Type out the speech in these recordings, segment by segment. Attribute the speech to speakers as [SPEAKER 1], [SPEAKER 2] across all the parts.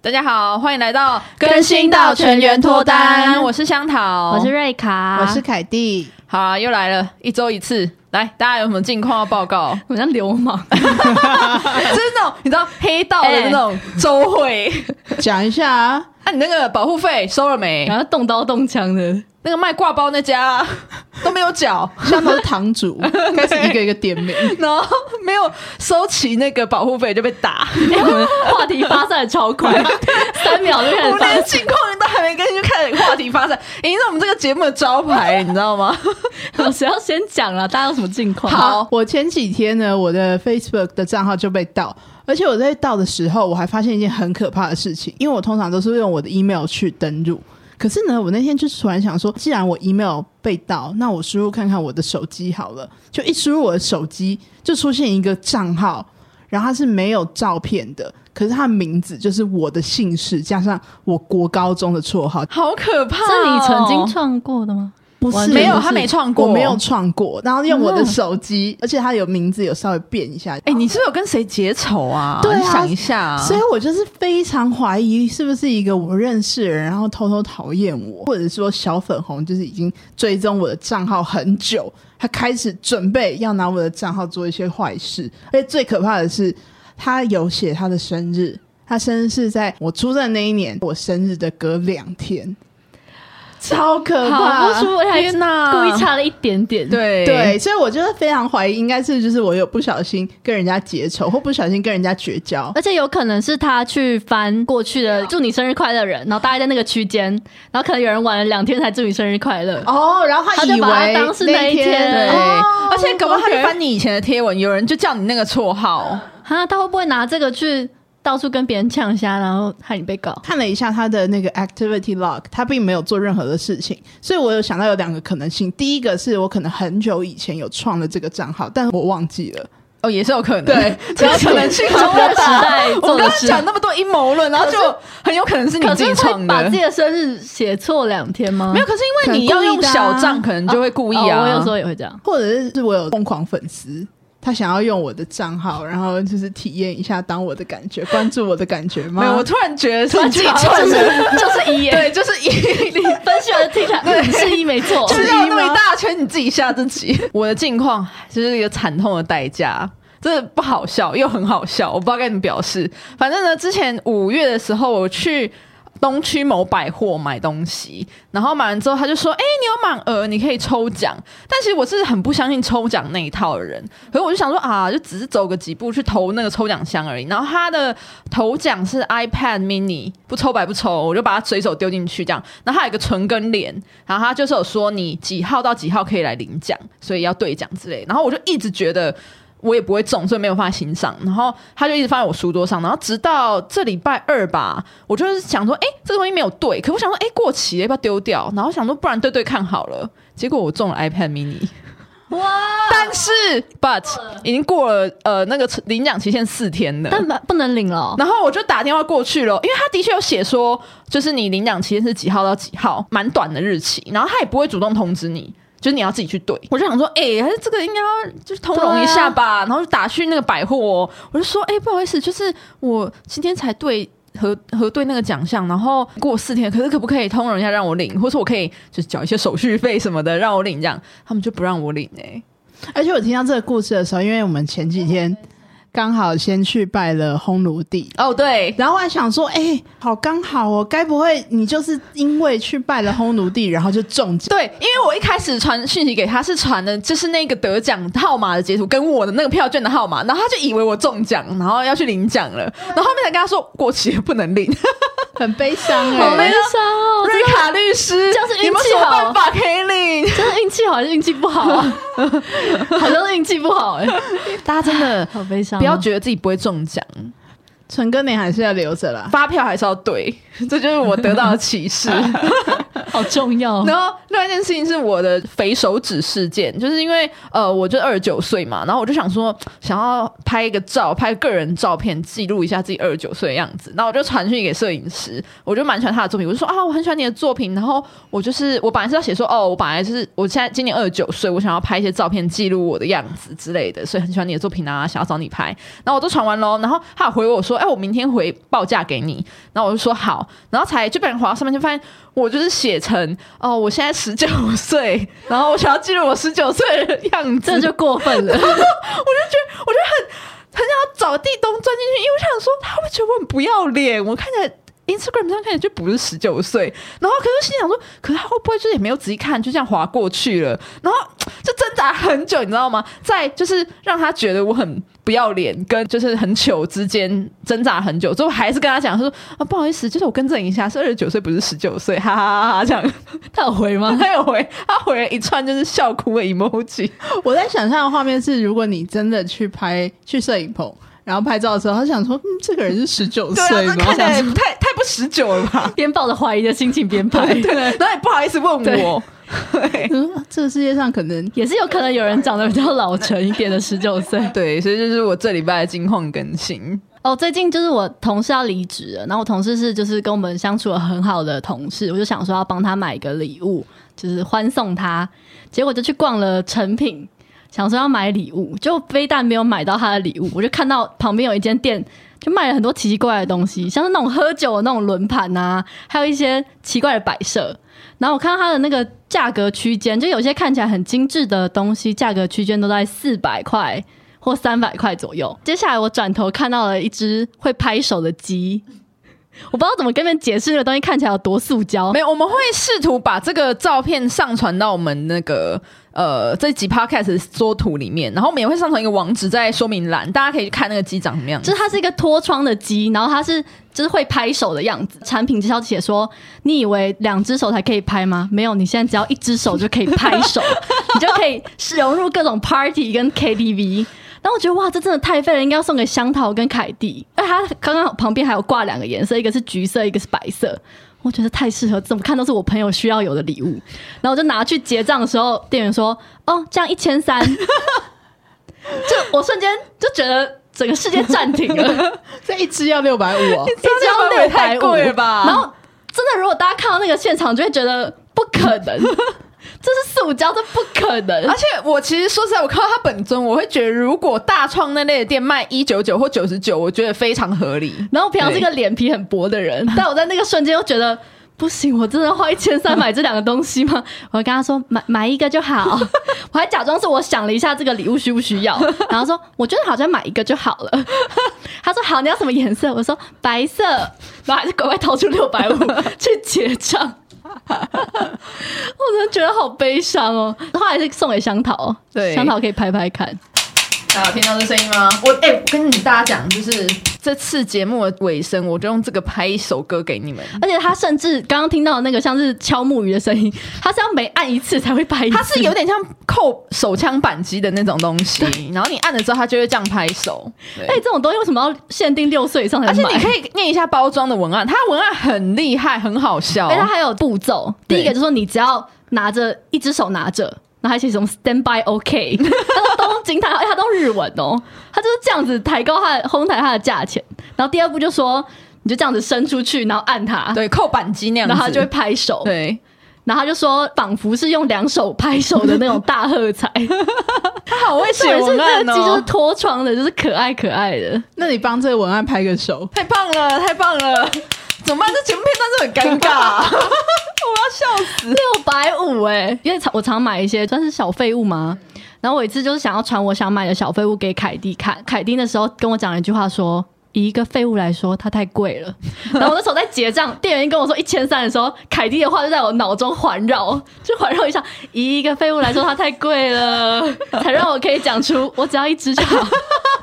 [SPEAKER 1] 大家好，欢迎来到
[SPEAKER 2] 更新到全员脱单
[SPEAKER 1] 我是香桃，
[SPEAKER 2] 哦我是瑞卡，
[SPEAKER 3] 我是凯蒂，
[SPEAKER 1] 好啊、又来了，一周一次。来，大家有什么近况要报 告？
[SPEAKER 2] 我像流氓，
[SPEAKER 1] 就是那种你知道黑道的那种周 会。
[SPEAKER 3] 讲一下啊，
[SPEAKER 1] 那、你那个保护费收了没
[SPEAKER 2] 然？后动刀动枪的，
[SPEAKER 1] 那个卖挂包那家 啊、都没有缴，
[SPEAKER 3] 像都是堂主，开始一个一个点名。
[SPEAKER 1] 然后没有收齐那个保护费就被打。
[SPEAKER 2] 哎、 我们话题发散的超 快，三秒就开
[SPEAKER 1] 我
[SPEAKER 2] 始
[SPEAKER 1] 们
[SPEAKER 2] 发
[SPEAKER 1] 连近况都还没跟就开始话题发展，已经是我们这个节目的招牌，你知道 吗？
[SPEAKER 2] 散，谁要先讲了？大家有什么近况？
[SPEAKER 1] 好
[SPEAKER 3] 我前几天呢，我的 Facebook 的账号就被盗，而且我在盗的时候，我还发现一件很可怕的事情，因为我通常都是用我的 email 去登录。可是呢，我那天就突然想说，既然我 email 被盗，那我输入看看我的手机好了。就一输入我的手机，就出现一个账号，然后它是没有照片的，可是它的名字就是我的姓氏加上我国高中的绰号，
[SPEAKER 1] 好可怕、哦
[SPEAKER 2] 是你曾经创过的吗？
[SPEAKER 3] 不
[SPEAKER 2] 完
[SPEAKER 3] 是
[SPEAKER 2] 全
[SPEAKER 1] 没有，
[SPEAKER 2] 不是
[SPEAKER 1] 他没创过，
[SPEAKER 3] 我没有创过，然后用我的
[SPEAKER 2] 嗯
[SPEAKER 3] 手机，而且它有名字有稍微变一下。
[SPEAKER 1] 哎、你是不是有跟谁结仇啊？
[SPEAKER 3] 对啊
[SPEAKER 1] 你想一下、
[SPEAKER 3] 所以我就是非常怀疑，是不是一个我认识的人，然后偷偷讨厌我，或者说小粉红就是已经追踪我的账号很久，他开始准备要拿我的账号做一些坏事。而且最可怕的是，他有写他的生日，他生日是在我出生的那一年，我生日的隔两天，超可怕，
[SPEAKER 2] 好不舒服，而且
[SPEAKER 1] 天哪
[SPEAKER 2] 还故意差了一点 点。，
[SPEAKER 1] 对
[SPEAKER 3] 对，，所以我就是非常怀疑，应该是就是我有不小心跟人家结仇，或不小心跟人家绝交。
[SPEAKER 2] 而且有可能是他去翻过去的“祝你生日快乐”人，然后大概在那个区间，然后可能有人玩了两天才“祝你生日快乐”。
[SPEAKER 3] 哦，然后
[SPEAKER 2] 他就
[SPEAKER 3] 以
[SPEAKER 2] 把它
[SPEAKER 3] 为
[SPEAKER 2] 当是那
[SPEAKER 3] 那
[SPEAKER 2] 一天
[SPEAKER 1] 对，
[SPEAKER 3] 哦
[SPEAKER 1] 而且搞不好他就
[SPEAKER 2] OK
[SPEAKER 1] 翻你以前的贴文，有人就叫你那个绰号，
[SPEAKER 2] 哈，他会不会拿这个去到处跟别人呛虾，然后害你被告？
[SPEAKER 3] 看了一下他的那个 activity log，他并没有做任何的事情，所以我有想到有两个可能性。第一个是我可能很久以前有创了这个账号，但我忘记了。
[SPEAKER 1] 哦，也是有可能，
[SPEAKER 3] 对，
[SPEAKER 1] 只有可能性
[SPEAKER 2] 中
[SPEAKER 1] 超
[SPEAKER 2] 的时
[SPEAKER 1] 大。
[SPEAKER 2] 代
[SPEAKER 1] 我刚
[SPEAKER 2] 做的
[SPEAKER 1] 刚
[SPEAKER 2] 事，
[SPEAKER 1] 讲那么多阴谋论，然后就 很有可能是你
[SPEAKER 2] 可
[SPEAKER 1] 自
[SPEAKER 2] 是
[SPEAKER 1] 己
[SPEAKER 2] 会
[SPEAKER 1] 创
[SPEAKER 2] 把
[SPEAKER 1] 的
[SPEAKER 2] 自。己的生日写错两天吗？
[SPEAKER 1] 没有，可是因为你要用小账，可能就会故意啊。
[SPEAKER 2] 哦我有时候也会这样。
[SPEAKER 3] 或者是我有疯狂粉丝，他想要用我的账号，然后就是体验一下当我的感觉，关注我的感觉吗？
[SPEAKER 1] 没有，我突然觉得是你自己
[SPEAKER 2] 好像
[SPEAKER 1] 创
[SPEAKER 2] 就是
[SPEAKER 1] 的，
[SPEAKER 2] 就是一 耶，
[SPEAKER 1] 对，就是一
[SPEAKER 2] 你 分析完听起来你是一没错，
[SPEAKER 1] 就是
[SPEAKER 3] 一
[SPEAKER 1] 绕那么一
[SPEAKER 3] 吗
[SPEAKER 1] 大圈，你自己吓自己。 我的近况就是一个惨痛的代价，真的不好笑又很好笑，我不知道该怎么表示。反正呢，之前五月的时候我去。东区某百货买东西，然后买完之后他就说：“哎、你有满额，你可以抽奖。”但其实我是很不相信抽奖那一套的人，可是我就想说啊，就只是走个几步去投那个抽奖箱而已。然后他的头奖是 iPad mini，不抽白不抽，我就把它随手丢进去这样。然后还有一个唇跟脸，然后他就是有说你几号到几号可以来领奖，所以要兑奖之类。然后我就一直觉得。我也不会中，所以没有放在心上。然后他就一直放在我书桌上，然后直到这礼拜二吧，我就是想说，哎、这个东西没有对，可我想说，哎、过期了，要不要丢掉？然后想说，不然对对看好了。结果我中了 iPad mini。
[SPEAKER 2] 哇！
[SPEAKER 1] 但是，but 已经过了呃那个领奖期限四天了。
[SPEAKER 2] 但不不能领了哦，
[SPEAKER 1] 然后我就打电话过去了，因为他的确有写说，就是你领奖期间是几号到几号，蛮短的日期，然后他也不会主动通知你，就是你要自己去对。我就想说，哎、还是这个应该要就是通融一下吧，然后就打去那个百货、哦，我就说，哎、不好意思，就是我今天才对。核核对那个奖项，然后过四天，可是可不可以通融一下让我领，或是我可以就是缴一些手续费什么的让我领，这样他们就不让我领哎、
[SPEAKER 3] 而且我听到这个故事的时候，因为我们前几天刚好先去拜了烘炉地，
[SPEAKER 1] 哦，对，
[SPEAKER 3] 然后我还想说，哎、好刚好哦，该不会你就是因为去拜了烘炉地，然后就中奖？
[SPEAKER 1] 对，因为我一开始传讯息给他是传的，就是那个得奖号码的截图跟我的那个票券的号码，然后他就以为我中奖，然后要去领奖了，然后后面才跟他说过期了不能领。
[SPEAKER 3] 很悲伤
[SPEAKER 2] 好
[SPEAKER 3] 哎、
[SPEAKER 2] 悲伤哦，
[SPEAKER 1] 瑞卡律师，
[SPEAKER 2] 这样是运气
[SPEAKER 1] 你们有没有
[SPEAKER 2] 好
[SPEAKER 1] 办法可以领？
[SPEAKER 2] 真的运气好啊还是运气不好 啊？好像是运气不好哎，
[SPEAKER 1] 大家真的
[SPEAKER 2] 好悲伤哦，
[SPEAKER 1] 不要觉得自己不会中奖，
[SPEAKER 3] 存跟你还是要留着啦。
[SPEAKER 1] 发票还是要对，这就是我得到的启示。
[SPEAKER 2] 好重要哦，
[SPEAKER 1] 然后另外一件事情是我的肥手指事件，就是因为呃，我就二十九岁嘛，然后我就想说想要拍一个照，拍个人照片记录一下自己二十九岁的样子，然后我就传讯给摄影师，我就蛮喜欢他的作品，我就说啊，我很喜欢你的作品，然后我就是我本来是要写说哦，我本来就是我现在今年二十九岁，我想要拍一些照片记录我的样子之类的，所以很喜欢你的作品啊，想要找你拍，然后我都传完喽，然后他有回我说，哎，我明天回报价给你。然后我就说好，然后才就被人划到上面，就发现我就是写成哦，我现在十九岁，然后我想要记录我十九岁的样 子，
[SPEAKER 2] 这就过分了。
[SPEAKER 1] 我就很很想要找地洞钻进去，因为我想说他会不会觉得我很不要脸，我看起来。Instagram 上看起来就不是十九岁，然后可是心想说，可是他会不会就是也没有仔细看，就这样划过去了？然后就挣扎很久，你知道吗？在就是让他觉得我很不要脸，跟就是很糗之间挣扎很久，最后还是跟他讲说啊，不好意思，就是我更正一下，是二十九岁，不是十九岁，哈哈哈哈这样。
[SPEAKER 2] 他有回吗？
[SPEAKER 1] 他有回，他回了一串就是笑哭的 emoji，
[SPEAKER 3] 我在想象的画面是，如果你真的去拍去摄影棚，然后拍照的时候，他想说，嗯，这个人是十九
[SPEAKER 1] 对啊，
[SPEAKER 3] 岁
[SPEAKER 1] 这
[SPEAKER 3] 吗？
[SPEAKER 1] 看起来也不太太不十九了吧？
[SPEAKER 2] 边抱着怀疑的心 情边拍，
[SPEAKER 1] 然后也不好意思问我，对
[SPEAKER 3] 嗯这个世界上可能
[SPEAKER 2] 也是有可能有人长得比较老成一点的十九岁。
[SPEAKER 1] 对，所以就是我这礼拜的近况更新。
[SPEAKER 2] 哦，最近就是我同事要离职了，然后我同事是就是跟我们相处的很好的同事，我就想说要帮他买一个礼物，就是欢送他，结果就去逛了成品，想说要买礼物，就非但没有买到他的礼物，我就看到旁边有一间店。就卖了很多奇奇怪怪的东西，像是那种喝酒的那种轮盘啊，还有一些奇怪的摆设。然后我看到它的那个价格区间，就有些看起来很精致的东西，价格区间都在四百块或三百块左右。接下来我转头看到了一只会拍手的鸡，我不知道怎么跟你们解释这个东西看起来有多塑胶
[SPEAKER 1] 没。有，我们会试图把这个照片上传到我们那个呃这集 podcast 的缩图里面，然后我们也会上传一个网址在说明栏，大家可以去看那个机长什么样子。
[SPEAKER 2] 就是它是一个脱窗的鸡，然后它是就是会拍手的样子。产品直销写说，你以为两只手才可以拍吗？没有，你现在只要一只手就可以拍手，你就可以融入各种 party 跟 KTV。然后我觉得哇，这真的太废了，应该要送给香桃跟凯蒂。而它刚刚好旁边还有挂两个颜色，一个是橘色，一个是白色。我觉得太适合，怎么看都是我朋友需要有的礼物。然后我就拿去结账的时候，店员说：“哦，这样一千三。”就我瞬间就觉得整个世界暂停了。
[SPEAKER 3] 这一只要六百五 哦。
[SPEAKER 1] 这
[SPEAKER 2] 一张
[SPEAKER 1] 也
[SPEAKER 2] 六
[SPEAKER 1] 太
[SPEAKER 2] 百
[SPEAKER 1] 贵了吧？
[SPEAKER 2] 然后真的，如果大家看到那个现场，就会觉得不可 能，这是塑胶，这不可能
[SPEAKER 1] 而。且我其实说实在，我看到他本尊，我会觉得如果大创那类的店卖一九九或九十九，我觉得非常合理。
[SPEAKER 2] 然后我平常是个脸皮很薄的人，但我在那个瞬间又觉得。不行，我真的要花一千三买这两个东西吗？ 我跟他说买买一个就好， 我还假装是我想了一下这个礼物需不需要，然后说我觉得好像买一个就好了。 他说好，你要什么颜色？我说白色，然后还是乖乖掏出六百五 去结账。 我真的觉得好悲伤哦。后来是送给香桃，
[SPEAKER 1] 对
[SPEAKER 2] 香桃可以拍拍看。
[SPEAKER 1] 大家有听到这声音吗？我哎、我跟你大家讲，就是这次节目的尾声，我就用这个拍一首歌给你们。
[SPEAKER 2] 而且他甚至刚刚听到的那个像是敲木鱼的声音，他是要每按一次才会拍一次，
[SPEAKER 1] 它是有点像扣手枪扳机的那种东西，然后你按了之后，它就会这样拍手。对
[SPEAKER 2] 哎、这种东西为什么要限定六岁以上才
[SPEAKER 1] 而且
[SPEAKER 2] 买？
[SPEAKER 1] 你可以念一下包装的文案，它文案很厉害，很好笑
[SPEAKER 2] 哎，。它还有步骤，第
[SPEAKER 1] 对
[SPEAKER 2] 一个就是说你只要拿着一只手拿着，然后还写什么 stand by OK，它 都用惊叹号，哎，它都日文哦，它就是这样子抬高它的哄抬它的价钱。然后第二步就说你就这样子伸出去，然后按它，
[SPEAKER 1] 对，扣扳机那样子，
[SPEAKER 2] 然后它就会拍手，
[SPEAKER 1] 对，
[SPEAKER 2] 然后他就说仿佛是用两手拍手的那种大喝彩。
[SPEAKER 1] 它好会写
[SPEAKER 2] 重点是
[SPEAKER 1] 文
[SPEAKER 2] 这
[SPEAKER 1] 案
[SPEAKER 2] 个鸡就是
[SPEAKER 1] 哦，
[SPEAKER 2] 脱窗的，就是可爱可爱的。
[SPEAKER 3] 那你帮这个文案拍个手，
[SPEAKER 1] 太棒了，太棒 了！怎么办？这前面片段是很尴尬、 我要笑死。
[SPEAKER 2] 六百五哎，因为常我常买一些算是小废物嘛。然后我一次就是想要传我想买的小废物给凯蒂看，凯蒂那时候跟我讲了一句话说。以一个废物来说，它太贵 了。然后我那时候在结账，店员跟我说一千三的时候，凯蒂的话就在我脑中环绕， 就环绕一下。以一个废物来说，它太贵了，才让我可以讲出 我只要一只就好，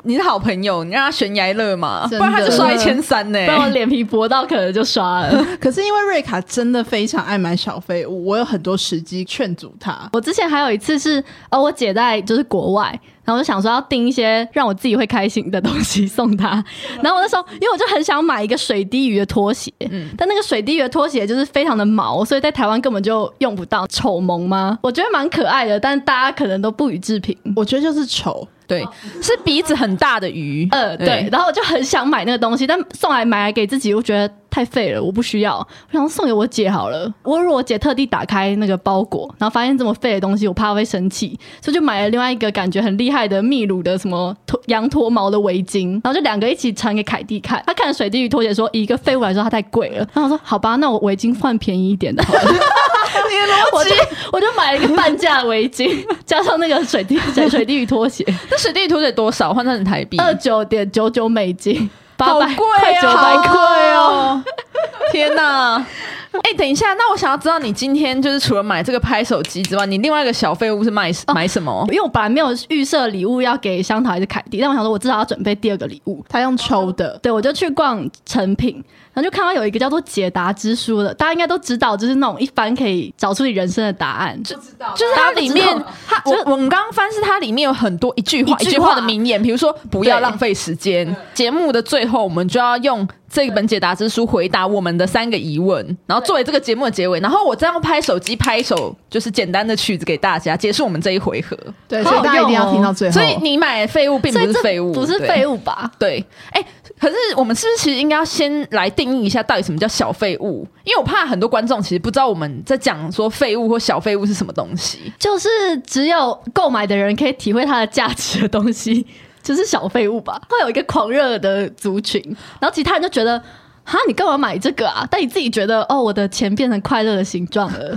[SPEAKER 1] 你是好朋友，你让他悬崖勒马，不
[SPEAKER 3] 真的
[SPEAKER 1] 然他就刷一千三呢
[SPEAKER 2] 不。然我脸皮薄到可能就刷了。
[SPEAKER 3] 可是因为瑞卡真的非常爱买小废物，我有很多时机劝阻她。
[SPEAKER 2] 我之前还有一次是，呃，我姐在就是国外，然后我就想说要订一些让我自己会开心的东西送她。然后我那时候，因为我就很想买一个水滴鱼的拖鞋，但那个水滴鱼的拖鞋就是非常的毛，所以在台湾根本就用不到。丑萌吗？我觉得蛮可爱的，但大家可能都不予置评。
[SPEAKER 3] 我觉得就是丑，
[SPEAKER 1] 对，是鼻子很大的鱼。
[SPEAKER 2] 呃呃，对，，然后我就很想买那个东西，但送来买来给自己，我觉得太废了，我不需要，我想送给我姐好了。我如果我姐特地打开那个包裹，然后发现这么废的东西，我怕会生气，所以就买了另外一个感觉很厉害的秘鲁的什么脱羊驼毛的围巾，然后就两个一起传给凯蒂看。她看了水滴与拖鞋说，以一个废物来说，它太贵了。然后我说好吧，那我围巾换便宜一点的好 了。
[SPEAKER 1] 哎你的逻
[SPEAKER 2] 我
[SPEAKER 1] 辑
[SPEAKER 2] 就我就买了一个半价的围巾， 加上那个水滴水滴与拖鞋，
[SPEAKER 1] 那水地图得多少？换算成台币，
[SPEAKER 2] 二九点九九 美金，八
[SPEAKER 1] 好
[SPEAKER 2] 百
[SPEAKER 1] 贵
[SPEAKER 2] 快
[SPEAKER 1] 啊，
[SPEAKER 2] 九百
[SPEAKER 1] 好
[SPEAKER 2] 块
[SPEAKER 1] 贵
[SPEAKER 2] 哦。
[SPEAKER 1] 哦！ 天哪！ 哎、等一下，那我想要知道你今天就是除了买这个拍手机之外，你另外一个小废物是卖、买什么？
[SPEAKER 2] 因为我本来没有预设礼物要给香桃还是凯蒂，但我想说，我至少要准备第二个礼物。
[SPEAKER 3] 他用抽的，
[SPEAKER 2] 对，我就去逛成品，然后就看到有一个叫做解答之书的，大家应该都知道，就是那种一翻可以找出你人生的答案。就
[SPEAKER 1] 就是它里面
[SPEAKER 2] 大家不知道，
[SPEAKER 1] 它我
[SPEAKER 2] 就是
[SPEAKER 1] 我们刚刚翻是它里面有很多一句话
[SPEAKER 2] 一句话
[SPEAKER 1] 句话的名言，比如说不要浪费时间。节目的最后，我们就要用这本解答之书回答我们的三个疑问，然后作为这个节目的结尾。然后我再用拍手机拍一首就是简单的曲子给大家，结束我们这一回合。
[SPEAKER 3] 对，
[SPEAKER 2] 好
[SPEAKER 3] 所以大家一定
[SPEAKER 2] 好
[SPEAKER 3] 要
[SPEAKER 2] 用哦
[SPEAKER 3] 听到最后。
[SPEAKER 1] 啊所以你买废物并不
[SPEAKER 2] 所以
[SPEAKER 1] 是
[SPEAKER 2] 这
[SPEAKER 1] 废物，
[SPEAKER 2] 不是
[SPEAKER 1] 对
[SPEAKER 2] 废物吧？
[SPEAKER 1] 对，哎、可是我们是不是其实应该要先来定义一下，到底什么叫小废物？因为我怕很多观众其实不知道我们在讲说废物或小废物是什么东西。
[SPEAKER 2] 就是只有购买的人可以体会它的价值的东西， 就是小废物吧。会有一个狂热的族群，然后其他人就觉得。哈，你干嘛买这个啊？但你自己觉得哦，我的钱变成快乐的形状了，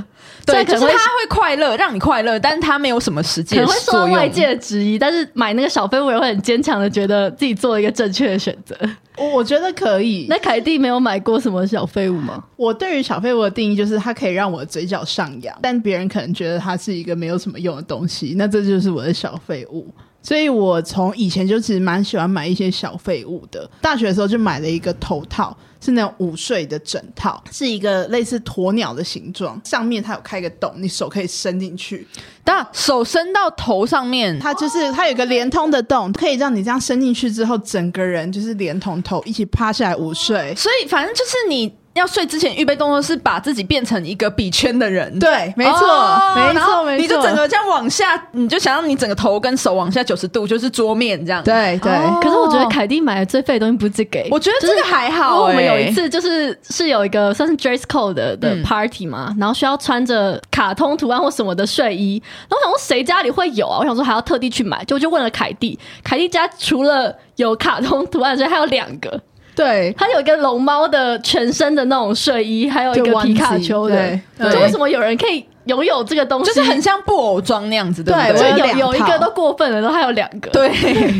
[SPEAKER 2] 所
[SPEAKER 1] 对，
[SPEAKER 2] 以可
[SPEAKER 1] 可
[SPEAKER 2] 能
[SPEAKER 1] 是
[SPEAKER 2] 会
[SPEAKER 1] 他会快乐，让你快乐，但是他没有什么实际
[SPEAKER 2] 可
[SPEAKER 1] 的
[SPEAKER 2] 能会受到
[SPEAKER 1] 作
[SPEAKER 2] 外
[SPEAKER 1] 用。
[SPEAKER 2] 界的质疑，但是买那个小废物的人会很坚强的觉得自己做了一个正确的选择。
[SPEAKER 3] 我我觉得可以。
[SPEAKER 2] 那凯蒂没有买过什么小废物吗？
[SPEAKER 3] 我对于小废物的定义就是，它可以让我的嘴角上扬，但别人可能觉得它是一个没有什么用的东西，那这就是我的小废物。所以我从以前就其实蛮喜欢买一些小废物的。大学的时候就买了一个头套，是那种午睡的枕套，是一个类似鸵鸟的形状，上面它有开个洞，你手可以伸进去，
[SPEAKER 1] 但手伸到头上面，
[SPEAKER 3] 它就是它有一个连通的洞，可以让你这样伸进去之后，整个人就是连同头一起趴下来午睡。
[SPEAKER 1] 所以反正就是你要睡之前预备动作是把自己变成一个比圈的人。
[SPEAKER 3] 对，没错，
[SPEAKER 1] 哦
[SPEAKER 3] 没
[SPEAKER 1] 然
[SPEAKER 3] 错，
[SPEAKER 1] 后
[SPEAKER 3] 没错，
[SPEAKER 1] 你就整个这样往下，你就想让你整个头跟手往下九十度，就是桌面这样。，
[SPEAKER 3] 对对。
[SPEAKER 1] 哦
[SPEAKER 2] 可是我觉得凯蒂买的最废的东西不是这个、
[SPEAKER 1] 我觉得这个还
[SPEAKER 2] 因为
[SPEAKER 1] 好、
[SPEAKER 2] 我
[SPEAKER 1] 欸。
[SPEAKER 2] 们有一次就是是有一个算是 dress code 的的 party 嘛，然后需要穿着卡通图案或什么的睡衣，然后我想说谁家里会有啊？我想说还要特地去买，就我就问了凯蒂，凯蒂家除了有卡通图案，所以还有两个，
[SPEAKER 3] 对，
[SPEAKER 2] 它有一个龙猫的全身的那种睡衣，还有一
[SPEAKER 3] 就
[SPEAKER 2] 个
[SPEAKER 3] onesie，
[SPEAKER 2] 皮卡丘的，
[SPEAKER 3] 对
[SPEAKER 2] 就
[SPEAKER 3] 对
[SPEAKER 2] 为什么有人可以拥有这个东西？
[SPEAKER 1] 就是很像布偶装那样子，对不
[SPEAKER 3] 嗯对
[SPEAKER 2] 就
[SPEAKER 3] 我
[SPEAKER 1] 对？
[SPEAKER 2] 有
[SPEAKER 3] 两
[SPEAKER 2] 有一
[SPEAKER 3] 套
[SPEAKER 2] 个都过分了，都还有两个，
[SPEAKER 1] 对，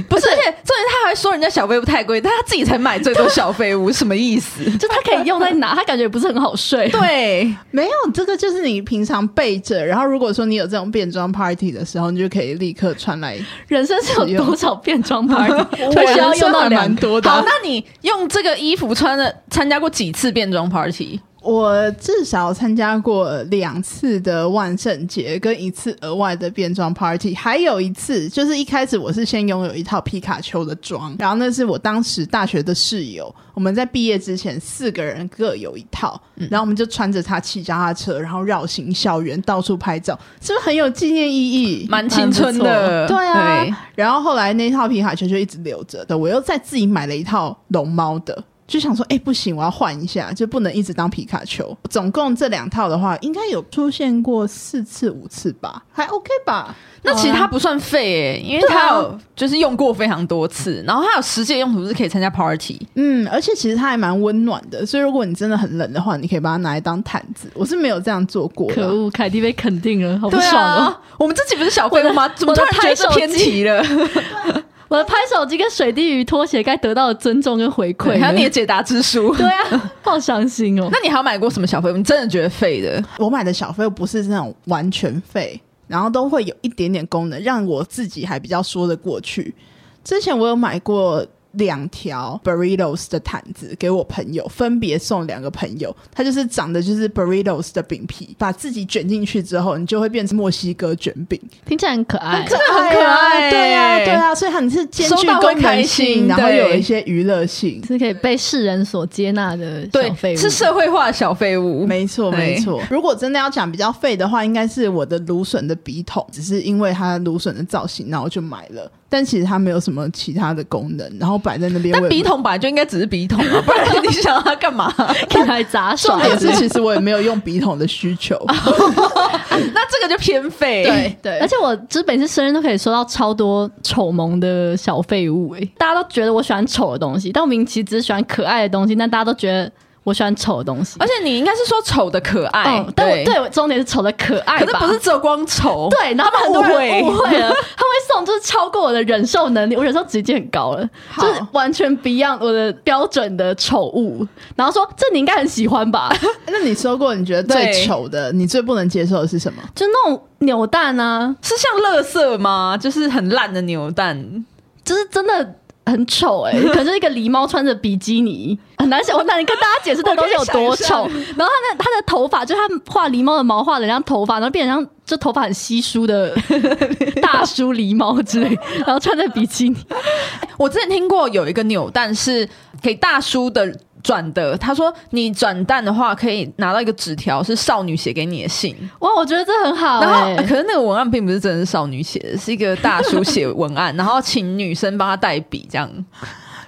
[SPEAKER 1] 不是，而且重点是他还说人家小废物太贵，但他自己才买最多小废物，什么意思？
[SPEAKER 2] 就它可以用在哪？它感觉不是很好睡。
[SPEAKER 1] 对，
[SPEAKER 3] 没有这个就是你平常备着，然后如果说你有这种变装 party 的时候，你就可以立刻穿来。
[SPEAKER 2] 人生是有多少变装 party
[SPEAKER 3] 我
[SPEAKER 2] 会需要
[SPEAKER 3] 人生
[SPEAKER 2] 用到
[SPEAKER 3] 还
[SPEAKER 2] 两
[SPEAKER 3] 蛮
[SPEAKER 2] 个？
[SPEAKER 3] 多的啊、
[SPEAKER 1] 好，那你用这个衣服穿的参加过几次变装 party？
[SPEAKER 3] 我至少参加过两次的万圣节，跟一次额外的变装 party，还有一次就是一开始我是先拥有一套皮卡丘的装，然后那是我当时大学的室友，我们在毕业之前四个人各有一套，然后我们就穿着它骑脚踏车，然后绕行校园到处拍照，是不是很有纪念意义？
[SPEAKER 1] 蛮 青春的，
[SPEAKER 3] 对啊，然后后来那套皮卡丘就一直留着的，我又再自己买了一套龙猫的，就想说，哎、不行，我要换一下，就不能一直当皮卡丘。总共这两套的话，应该有出现过四次五次吧，还 OK 吧？啊
[SPEAKER 1] 那其实
[SPEAKER 2] 啊
[SPEAKER 1] 它不算废诶、因为它有就是用过非常多次，然后它有实际的用途是可以参加 party。
[SPEAKER 3] 嗯，而且其实它还蛮温暖的，所以如果你真的很冷的话，你可以把它拿来当毯子。我是没有这样做过的，
[SPEAKER 2] 可恶，凯蒂被肯定了，好不
[SPEAKER 1] 对
[SPEAKER 2] 爽哦！
[SPEAKER 1] 啊，我们自己不是小废物吗？怎么突然觉得这偏题了？
[SPEAKER 2] 我的拍手机跟水滴鱼拖鞋该得到的尊重跟回馈
[SPEAKER 1] 对，啊
[SPEAKER 2] 呢，
[SPEAKER 1] 还有你的解答之书。
[SPEAKER 2] 对啊， 好伤心哦。
[SPEAKER 1] 那你还有买过什么小废物？你真的觉得废的？
[SPEAKER 3] 我买的小费不是那种完全费，然后都会有一点点功能，让我自己还比较说得过去。之前我有买过两条 burritos 的毯子给我朋友，分别送两个朋友。它就是长的就是 burritos 的饼皮，把自己卷进去之后，你就会变成墨西哥卷饼，
[SPEAKER 2] 听起来很可爱，
[SPEAKER 1] 真的很可爱
[SPEAKER 3] 对啊，
[SPEAKER 1] 欸
[SPEAKER 3] 对啊，所以它你是兼
[SPEAKER 1] 收
[SPEAKER 3] 具
[SPEAKER 1] 到会
[SPEAKER 3] 功
[SPEAKER 1] 开
[SPEAKER 3] 能
[SPEAKER 1] 心
[SPEAKER 3] 性，然后
[SPEAKER 1] 对
[SPEAKER 3] 有一些娱乐性。
[SPEAKER 2] 是可以被世人所接纳的小
[SPEAKER 1] 对，
[SPEAKER 2] 废物。
[SPEAKER 1] 是 社会化的小废物，
[SPEAKER 3] 没错，
[SPEAKER 1] 对
[SPEAKER 3] 没错。如果真的要讲比较废的话，应该是我的芦笋的笔筒，只是因为它芦笋的造型，然后就买了。但其实它没有什么其他的功能，然后摆在那边。
[SPEAKER 1] 但
[SPEAKER 3] 我也
[SPEAKER 1] 笔筒本来就应该只是笔筒 啊，不然你想要它干嘛？
[SPEAKER 2] 给他砸
[SPEAKER 3] 重
[SPEAKER 2] 爽。
[SPEAKER 3] 点是，其实我也没有用笔筒的需 求。
[SPEAKER 1] 那这个就偏废。
[SPEAKER 3] 对
[SPEAKER 2] 而且我就是每次生日都可以收到超多丑萌的小废物、欸，大家都觉得我喜欢丑的东西，但我明明其实只是喜欢可爱的东西，但大家都觉得我喜欢丑的东西。
[SPEAKER 1] 而且你应该是说丑的可爱，
[SPEAKER 2] 嗯，但我对我重点是丑的可爱
[SPEAKER 1] 哎可是
[SPEAKER 2] 吧，
[SPEAKER 1] 不是只有光丑，
[SPEAKER 2] 对，然后
[SPEAKER 1] 他们
[SPEAKER 2] 很多人
[SPEAKER 1] 误会
[SPEAKER 2] 误会了，他们会送就是超过我的忍受能力，我忍受极限很高了，
[SPEAKER 3] 好
[SPEAKER 2] 就是完全 beyond 我的标准的丑物，然后说这你应该很喜 欢吧，
[SPEAKER 3] 那你收过你觉得最
[SPEAKER 1] 对
[SPEAKER 3] 丑的，你最不能接受的是什么？
[SPEAKER 2] 就那种扭蛋啊，
[SPEAKER 1] 是像垃圾吗？就是很烂的扭蛋，
[SPEAKER 2] 就是真的。很丑 哎、可是一个狸猫穿着比基尼，很难想，我难以跟大家解释这个东西有多丑
[SPEAKER 1] 我可。
[SPEAKER 2] 然后他的他的头发，就是他画狸猫的毛画的像头发，然后变成像就头发很稀 疏的大叔狸猫之类，然后穿着比基尼，
[SPEAKER 1] 我之前听过有一个扭蛋是给大叔的转的，他说你转蛋的话可以拿到一个纸条，是少女写给你的信，
[SPEAKER 2] 哇，我觉得这很好、欸。
[SPEAKER 1] 然后呃可是那个文案并不是真的是少女写的，是一个大叔写文 案，然后请女生帮他代笔这样。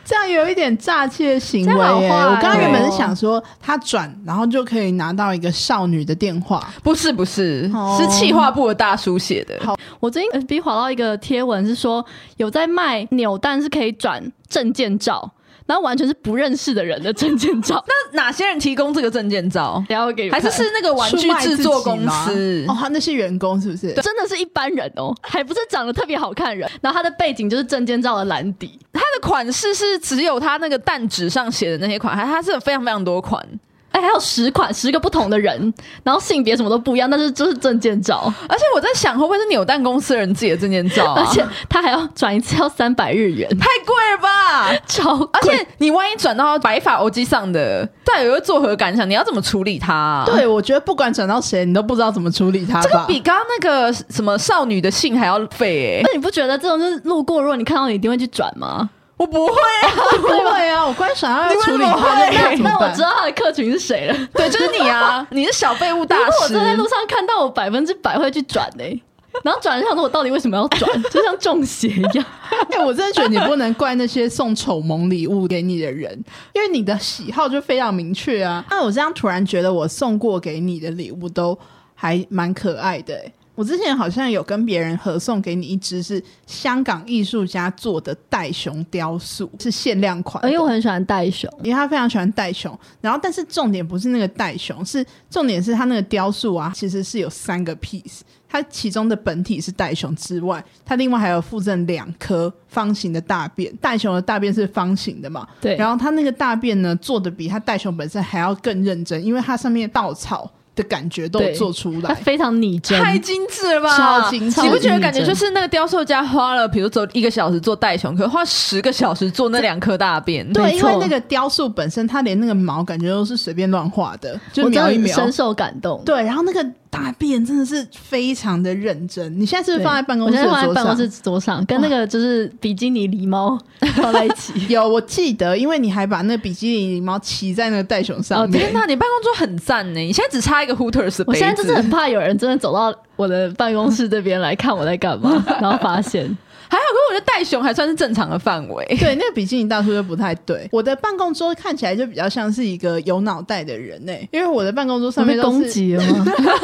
[SPEAKER 3] 这样有一点诈欺的行为
[SPEAKER 2] 这样好
[SPEAKER 3] 耶、
[SPEAKER 2] 坏哦
[SPEAKER 3] 我刚刚原本是想说，他转然后就可以拿到一个少女的电话，
[SPEAKER 1] 不是不是，
[SPEAKER 3] 哦
[SPEAKER 1] 是企划部的大叔写的。
[SPEAKER 2] 我最近 FB 划到一个贴文，是说有在卖扭蛋是可以转证件照，然后完全是不认识的人的证件照，
[SPEAKER 1] 那哪些人提供这个证件照？
[SPEAKER 2] 然后给你
[SPEAKER 1] 还
[SPEAKER 2] 看
[SPEAKER 1] 是是那个玩具制作公
[SPEAKER 3] 出卖自己
[SPEAKER 1] 司
[SPEAKER 3] 吗？哦，他那是员工是不是？
[SPEAKER 2] 真的是一般人哦，还不是长得特别好看的人。然后他的背景就是证件照的蓝底，
[SPEAKER 1] 它的款式是只有它那个蛋纸上写的那些款，还它是有非常非常多款，
[SPEAKER 2] 哎，还有十款十个不同的人，然后性别什么都不一样，但是就是证件照，
[SPEAKER 1] 而且我在想会不会是扭蛋公司的人自己的证件照、 啊，
[SPEAKER 2] 而且他还要转一次要三百日元，
[SPEAKER 1] 太贵了吧！
[SPEAKER 2] 超贵
[SPEAKER 1] 而且你万一转到白发欧基上的，到底会作何感想？你要怎么处理它、啊？。
[SPEAKER 3] 对，我觉得不管转到谁，你都不知道怎么处理他
[SPEAKER 1] 这个
[SPEAKER 3] 吧。
[SPEAKER 1] 比刚刚那个什么少女的信还要废哎、
[SPEAKER 2] 那你不觉得这种就是路过，如果你看到你一定会去转吗？
[SPEAKER 1] 我不会 啊，
[SPEAKER 3] 不会啊，我光想要
[SPEAKER 1] 你为什
[SPEAKER 3] 处
[SPEAKER 1] 么
[SPEAKER 3] 理他，
[SPEAKER 1] 会
[SPEAKER 3] 那
[SPEAKER 2] 那
[SPEAKER 3] 哎怎么
[SPEAKER 2] 那我
[SPEAKER 3] 办
[SPEAKER 2] 知？道他的客群是谁了。
[SPEAKER 1] 对，就是你 啊，你是小废物大
[SPEAKER 2] 如果我
[SPEAKER 1] 师
[SPEAKER 2] 真。的在路上看到，我百分之百会去转呢、然后转了想说，我到底为什么要转？就像中邪一 样。
[SPEAKER 3] 哎、我真的觉得你不能怪那些送丑萌礼物给你的人，因为你的喜好就非常明确啊。那我这样突然觉得，我送过给你的礼物都还蛮可爱的、欸。我之前好像有跟别人合送给你一只是香港艺术家做的袋熊雕塑，是限量款的。
[SPEAKER 2] 哎因为我很喜欢袋熊，
[SPEAKER 3] 因为他非常喜欢袋熊，然后但是重点不是那个袋熊，是重点是他那个雕塑啊，其实是有三个 piece，它其中的本体是袋熊之外，它另外还有附赠两颗方形的大便，袋熊的大便是方形的嘛，
[SPEAKER 2] 对
[SPEAKER 3] 然后它那个大便呢做的比它袋熊本身还要更认真，因为它上面稻草的感觉都有
[SPEAKER 2] 对
[SPEAKER 3] 做出
[SPEAKER 2] 它
[SPEAKER 3] 来，
[SPEAKER 2] 非常拟真。
[SPEAKER 1] 太精致了吧！
[SPEAKER 3] 超精致
[SPEAKER 1] 你不觉得感觉就是那个雕塑家花了，比如走一个小时做袋熊，可是花十个小时做那两颗大便？
[SPEAKER 3] 对，
[SPEAKER 2] 没
[SPEAKER 3] 因为
[SPEAKER 2] 错
[SPEAKER 3] 那个雕塑本身它连那个毛感觉都是随便乱画的，就
[SPEAKER 2] 我真
[SPEAKER 3] 描一
[SPEAKER 2] 的
[SPEAKER 3] 描，
[SPEAKER 2] 深受感动。
[SPEAKER 3] 对，然后那个大便真的是非常的认真。你现在是不
[SPEAKER 2] 对，
[SPEAKER 3] 是放在办公室
[SPEAKER 2] 我
[SPEAKER 3] 的
[SPEAKER 2] 现在放在
[SPEAKER 3] 桌
[SPEAKER 2] 办公
[SPEAKER 3] 上？。
[SPEAKER 2] 室桌上，跟那个就是比基尼狸猫放在一起
[SPEAKER 3] 有，我记得，因为你还把那比基尼狸猫骑在那个袋熊上
[SPEAKER 2] 哦
[SPEAKER 3] 面。
[SPEAKER 1] 天哪，你办公桌很赞呢！你现在只差一个 Hooters 的
[SPEAKER 2] 我
[SPEAKER 1] 杯
[SPEAKER 2] 现在就是
[SPEAKER 1] 子
[SPEAKER 2] 很，怕有人真的走到我的办公室这边来看我在干 嘛，然后发现。
[SPEAKER 1] 还好，可是我觉得袋熊还算是正常的范围。
[SPEAKER 3] 对，那个比基尼大叔就不太对。我的办公桌看起来就比较像是一个有脑袋的人呢、因为我的办公桌
[SPEAKER 2] 我
[SPEAKER 3] 上面
[SPEAKER 2] 被
[SPEAKER 3] 都
[SPEAKER 2] 攻
[SPEAKER 3] 是
[SPEAKER 2] 击了吗？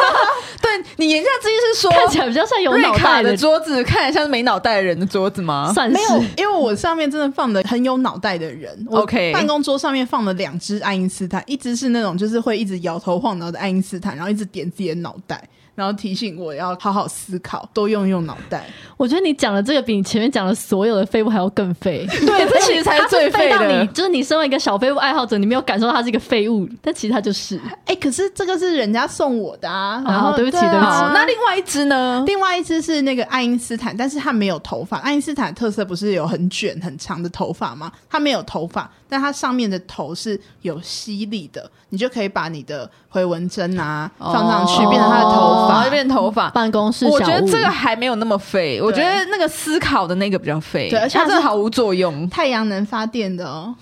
[SPEAKER 1] 对你言下之意是说，
[SPEAKER 2] 看起来比较像有
[SPEAKER 1] 瑞
[SPEAKER 2] 脑
[SPEAKER 1] 卡
[SPEAKER 2] 袋
[SPEAKER 1] 的
[SPEAKER 2] 的，
[SPEAKER 1] 桌子看起来像是没脑袋的人的桌子吗？
[SPEAKER 2] 算
[SPEAKER 3] 没有
[SPEAKER 2] 是，
[SPEAKER 3] 因为我上面真的放的很有脑袋的 人。我
[SPEAKER 1] OK
[SPEAKER 3] 办公桌上面放了两只爱因斯坦，一只是那种就是会一直摇头晃脑的爱因斯坦，然后一直点自己的脑袋，然后提醒我要好好思考，多用用脑袋。
[SPEAKER 2] 我觉得你讲的这个比你前面讲的所有的废物还要更废。
[SPEAKER 1] 对，这其实才
[SPEAKER 2] 它
[SPEAKER 1] 是最
[SPEAKER 2] 废
[SPEAKER 1] 废
[SPEAKER 2] 到你
[SPEAKER 1] 的。
[SPEAKER 2] 就是你身为一个小废物爱好者，你没有感受到它是一个废物，但其实它就是。
[SPEAKER 3] 哎、可是这个是人家送我的啊。
[SPEAKER 2] 哦
[SPEAKER 3] 然后
[SPEAKER 2] 对不起
[SPEAKER 3] 啊
[SPEAKER 2] 对不起
[SPEAKER 1] 好，那另外一只呢？
[SPEAKER 3] 另外一只是那个爱因斯坦，但是他没有头发。爱因斯坦特色不是有很卷很长的头发吗？他没有头发，但他上面的头是有吸力的，你就可以把你的回纹针啊放上去，
[SPEAKER 1] 哦
[SPEAKER 3] 变成他的头
[SPEAKER 1] 哦
[SPEAKER 3] 发
[SPEAKER 1] 就。变成头发。
[SPEAKER 2] 办公室小物，
[SPEAKER 1] 我觉得这个还没有那么废，我觉得那个思考的那个比较废，
[SPEAKER 3] 对而且
[SPEAKER 1] 它
[SPEAKER 3] 它
[SPEAKER 1] 真的
[SPEAKER 3] 是
[SPEAKER 1] 毫无作用。
[SPEAKER 3] 太阳能发电的哦，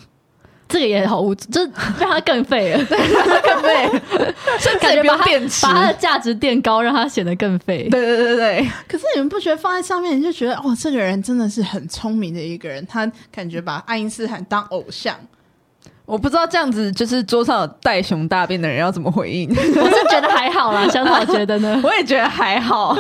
[SPEAKER 2] 这个也毫无，这让它更废 了，
[SPEAKER 1] 更废，甚至
[SPEAKER 2] 感
[SPEAKER 1] 也
[SPEAKER 2] 觉
[SPEAKER 1] 不
[SPEAKER 2] 把
[SPEAKER 1] 用
[SPEAKER 2] 它
[SPEAKER 1] 电池
[SPEAKER 2] 把。它的价值垫高，让它显得更废。
[SPEAKER 1] 对对对对对，
[SPEAKER 3] 可是你们不觉得放在上面，你就觉得哦，这个人真的是很聪明的一个人，他感觉把爱因斯坦当偶像。
[SPEAKER 1] 我不知道这样子就是桌上有带熊大便的人要怎么回 应，
[SPEAKER 2] 我是觉得还好 啦，香草觉得呢？
[SPEAKER 1] 我也觉得还好。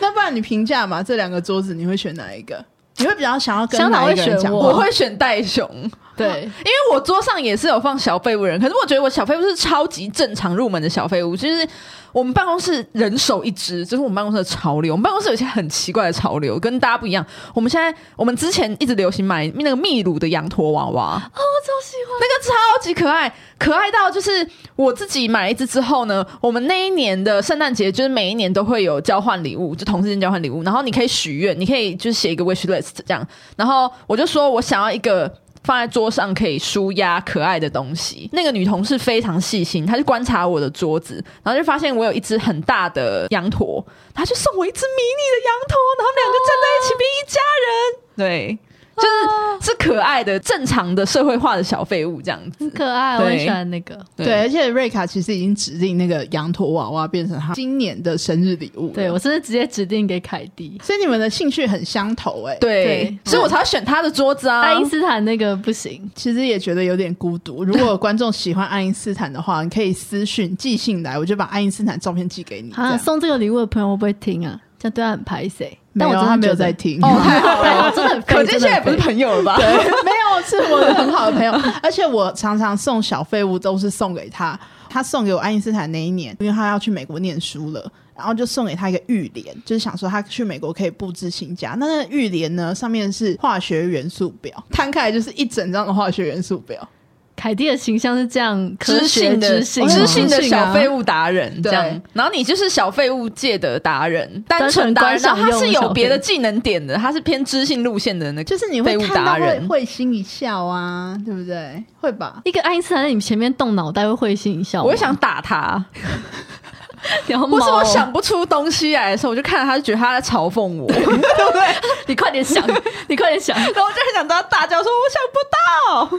[SPEAKER 3] 那不然你评价嘛，这两个桌子你会选哪一个？你会比较想要跟
[SPEAKER 2] 香草
[SPEAKER 3] 哪
[SPEAKER 2] 会
[SPEAKER 3] 一个人
[SPEAKER 2] 选
[SPEAKER 3] 讲话？
[SPEAKER 1] 我会选带熊，
[SPEAKER 2] 对，
[SPEAKER 1] 因为我桌上也是有放小废物人，可是我觉得我小废物是超级正常入门的小废物，就是我们办公室人手一只，这、是我们办公室的潮流。我们办公室有一些很奇怪的潮流，跟大家不一样。我们现在我们之前一直流行买那个秘鲁的羊驼娃娃，
[SPEAKER 2] 哦，我超喜欢。
[SPEAKER 1] 超级可爱，可爱到就是我自己买了一只之后呢，我们那一年的圣诞节就是每一年都会有交换礼物，就同事间交换礼物，然后你可以许愿，你可以就是写一个 wish list 这样，然后我就说我想要一个。放在桌上可以舒压、可爱的东西。那个女同事非常细心，她就观察我的桌子，然后就发现我有一只很大的羊驼，她就送我一只迷你的羊驼，然后两个站在一起变一家人。对，就是是可爱的、正常的、社会化的小废物这样子。
[SPEAKER 2] 很可爱，哦我
[SPEAKER 1] 对
[SPEAKER 2] 很喜欢那个。
[SPEAKER 3] 对，而且瑞卡其实已经指定那个羊驼娃娃变成他今年的生日礼物了。
[SPEAKER 2] 对我甚至直接指定给凯蒂。
[SPEAKER 3] 所以你们的兴趣很相投哎、，
[SPEAKER 1] 对，嗯
[SPEAKER 2] 对
[SPEAKER 1] 所以我才要选他的桌子啊。
[SPEAKER 2] 爱因斯坦那个不行，
[SPEAKER 3] 其实也觉得有点孤独。如果观众喜欢爱因斯坦的话，你可以私讯寄信来，我就把爱因斯坦照片寄给你。
[SPEAKER 2] 啊，
[SPEAKER 3] 这样
[SPEAKER 2] 送这个礼物的朋友会不会听啊？这样对他很排谁？
[SPEAKER 3] 没
[SPEAKER 2] 但我
[SPEAKER 3] 有
[SPEAKER 2] 真的
[SPEAKER 3] 他没有
[SPEAKER 2] 觉得
[SPEAKER 3] 在听
[SPEAKER 2] 哦，太好了，我真的很废
[SPEAKER 1] 可见
[SPEAKER 2] 真的
[SPEAKER 1] 现在也
[SPEAKER 2] 很
[SPEAKER 1] 不是
[SPEAKER 2] 废
[SPEAKER 1] 朋友了 吧？
[SPEAKER 3] 没有，是我的很好的朋友，而且我常常送小废物都是送给他。他送给我爱因斯坦那一年，因为他要去美国念书了，然后就送给他一个浴帘，就是想说他去美国可以布置新家。那那个浴帘呢，上面是化学元素表， 摊开来就是一整张的化学元素表。
[SPEAKER 2] 凯蒂的形象是这样，科
[SPEAKER 1] 知
[SPEAKER 2] 学
[SPEAKER 1] 性的
[SPEAKER 2] 知性哦
[SPEAKER 1] 知
[SPEAKER 2] 知
[SPEAKER 1] 性的
[SPEAKER 3] 知性啊
[SPEAKER 1] 小废物达人这样
[SPEAKER 3] 对，
[SPEAKER 1] 然后你就是小废物界的达人，单
[SPEAKER 2] 单
[SPEAKER 1] 纯
[SPEAKER 2] 纯
[SPEAKER 1] 达人，
[SPEAKER 2] 观赏
[SPEAKER 1] 然后他
[SPEAKER 2] 用的
[SPEAKER 1] 是
[SPEAKER 2] 小
[SPEAKER 1] 有别的
[SPEAKER 2] 废物
[SPEAKER 1] 技能点的，他是偏知性路线的那个，
[SPEAKER 3] 就是你会
[SPEAKER 1] 废物
[SPEAKER 3] 看到
[SPEAKER 1] 达
[SPEAKER 3] 会
[SPEAKER 1] 人
[SPEAKER 3] 会心一笑啊，对不对？会吧？
[SPEAKER 2] 一个爱因斯坦在你前面动脑袋会会心一笑吗，哦
[SPEAKER 1] 我会想打他，
[SPEAKER 2] 然后
[SPEAKER 1] 不是
[SPEAKER 2] 猫
[SPEAKER 1] 我想不出东西来的时候，我就看着他就觉得他在嘲讽我，对不对？
[SPEAKER 2] 你快点想，你快点想，
[SPEAKER 1] 然后我就很想对他大叫说我想不到，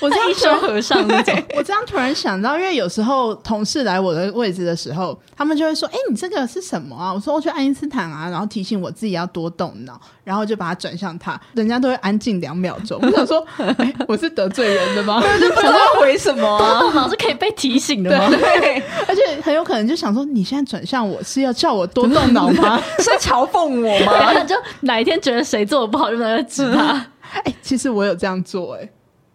[SPEAKER 3] 我这样
[SPEAKER 2] 一手合上那 种。
[SPEAKER 3] 我这样突然想到，因为有时候同事来我的位置的时候，他们就会说：“哎、你这个是什么啊？”我说：“我去爱因斯坦啊。”然后提醒我自己要多动脑，然后就把它转向他，人家都会安静两秒钟。我想说、 哎我是得罪人的吗？
[SPEAKER 1] 就不知道回什么啊、
[SPEAKER 2] 动脑是可以被提醒的吗？
[SPEAKER 1] 对，
[SPEAKER 3] 而且很有可能就想说，你现在转向我是要叫我多动脑吗？
[SPEAKER 1] 是在嘲讽我
[SPEAKER 2] 然后
[SPEAKER 1] 吗？
[SPEAKER 2] 你就哪一天觉得谁做的不好，就拿来指他，
[SPEAKER 3] 哎、其实我有这样做、哎，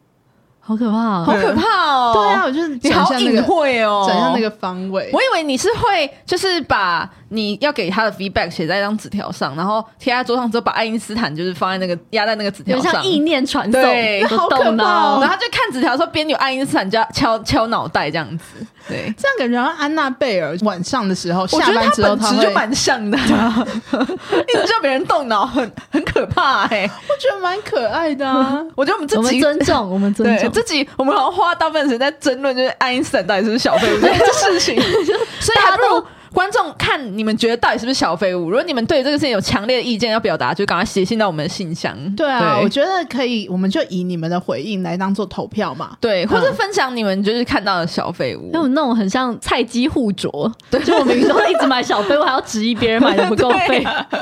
[SPEAKER 2] 好可怕
[SPEAKER 1] 好
[SPEAKER 2] 哦！
[SPEAKER 1] 可怕哦！
[SPEAKER 3] 对啊，我就是
[SPEAKER 1] 你
[SPEAKER 3] 转
[SPEAKER 1] 好
[SPEAKER 3] 向那
[SPEAKER 1] 隐
[SPEAKER 3] 个，
[SPEAKER 1] 晦哦，
[SPEAKER 3] 转向那个方位。
[SPEAKER 1] 我以为你是会，就是把你要给他的 feedback 写在一张纸条上，然后贴在桌上之后，把爱因斯坦就是放在那个压在那个纸条
[SPEAKER 2] 有
[SPEAKER 1] 上
[SPEAKER 2] 像。意念传送，
[SPEAKER 1] 对
[SPEAKER 2] 就
[SPEAKER 3] 好可
[SPEAKER 2] 动
[SPEAKER 3] 怕
[SPEAKER 1] 然
[SPEAKER 2] 脑
[SPEAKER 1] 后。他就看纸条说边有爱因斯坦就要敲敲脑袋这样子，对，
[SPEAKER 3] 这样感觉像安娜贝尔晚上的时候，
[SPEAKER 1] 我
[SPEAKER 3] 下
[SPEAKER 1] 觉得
[SPEAKER 3] 班
[SPEAKER 1] 他
[SPEAKER 3] 之后
[SPEAKER 1] 本
[SPEAKER 3] 他
[SPEAKER 1] 质
[SPEAKER 3] 会
[SPEAKER 1] 就蛮像的、啊， 一直叫别人动脑很很可怕哎、
[SPEAKER 3] 我觉得蛮可爱的啊。
[SPEAKER 1] 我觉得我们
[SPEAKER 2] 我
[SPEAKER 1] 这
[SPEAKER 2] 们
[SPEAKER 1] 集
[SPEAKER 2] 尊重，我们尊
[SPEAKER 1] 对
[SPEAKER 2] 重。
[SPEAKER 1] 这集我们好像花大部分时间在争论，就是爱因斯坦到底是不是小废物这件事 情，所以还不如观众看你们觉得到底是不是小废物。如果你们对这个事情有强烈的意见要表达，就赶快写信到我们的信箱。
[SPEAKER 3] 对啊，我
[SPEAKER 1] 对
[SPEAKER 3] 觉得可以，我们就以你们的回应来当做投票嘛。
[SPEAKER 1] 对，或者
[SPEAKER 3] 嗯
[SPEAKER 1] 分享你们就是看到的小废物
[SPEAKER 2] 因为。我那种很像菜鸡互啄，
[SPEAKER 1] 对
[SPEAKER 2] 就我们都一直买小费，我还要质疑别人买的不够
[SPEAKER 1] 对啊
[SPEAKER 2] 费，